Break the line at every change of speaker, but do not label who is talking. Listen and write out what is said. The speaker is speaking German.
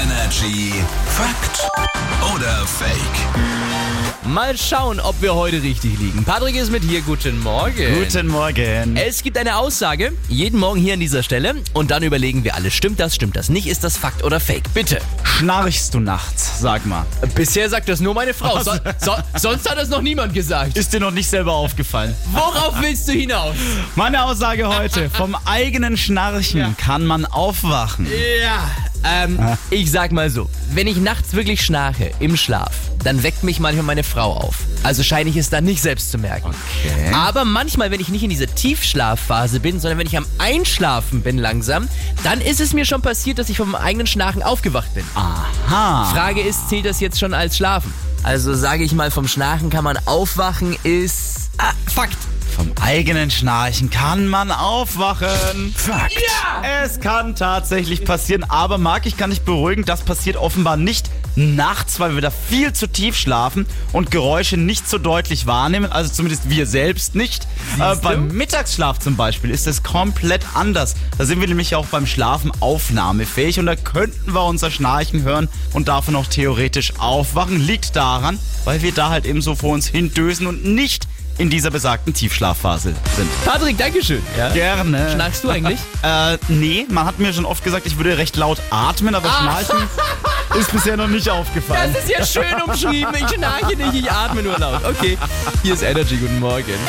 Energy Fakt oder Fake?
Mal schauen, ob wir heute richtig liegen. Patrick ist mit hier. Guten Morgen.
Guten Morgen.
Es gibt eine Aussage, jeden Morgen hier an dieser Stelle. Und dann überlegen wir alle, stimmt das, stimmt das nicht? Ist das Fakt oder Fake? Bitte.
Schnarchst du nachts, sag mal.
Bisher sagt das nur meine Frau. So, so, sonst hat das noch niemand gesagt.
Ist dir noch nicht selber aufgefallen.
Worauf willst du hinaus?
Meine Aussage heute, vom eigenen Schnarchen kann man aufwachen.
Ja. Ähm, ich sag mal so, wenn ich nachts wirklich schnarche im Schlaf, dann weckt mich manchmal meine Frau auf. Also scheine ich es dann nicht selbst zu merken.
Okay.
Aber manchmal, wenn ich nicht in dieser Tiefschlafphase bin, sondern wenn ich am Einschlafen bin langsam, dann ist es mir schon passiert, dass ich vom eigenen Schnarchen aufgewacht bin.
Aha.
Frage ist, zählt das jetzt schon als Schlafen? Also sage ich mal, vom Schnarchen kann man aufwachen, ist ah, Fakt.
Vom eigenen Schnarchen kann man aufwachen.
Fakt.
Es kann tatsächlich passieren, aber Marc, ich kann dich beruhigen, das passiert offenbar nicht nachts, weil wir da viel zu tief schlafen und Geräusche nicht so deutlich wahrnehmen, also zumindest wir selbst nicht. Äh, beim Mittagsschlaf zum Beispiel ist es komplett anders. Da sind wir nämlich auch beim Schlafen aufnahmefähig und da könnten wir unser Schnarchen hören und davon auch theoretisch aufwachen. Liegt daran, weil wir da halt eben so vor uns hindösen und nicht in dieser besagten Tiefschlafphase sind.
Patrick, Dankeschön. Ja.
Gerne.
Schnarchst du eigentlich?
Äh, nee, man hat mir schon oft gesagt, ich würde recht laut atmen, aber schnarchen ist bisher noch nicht aufgefallen.
Das ist jetzt schön umschrieben. Ich schnarche nicht, ich atme nur laut. Okay, hier ist Energy. Guten Morgen.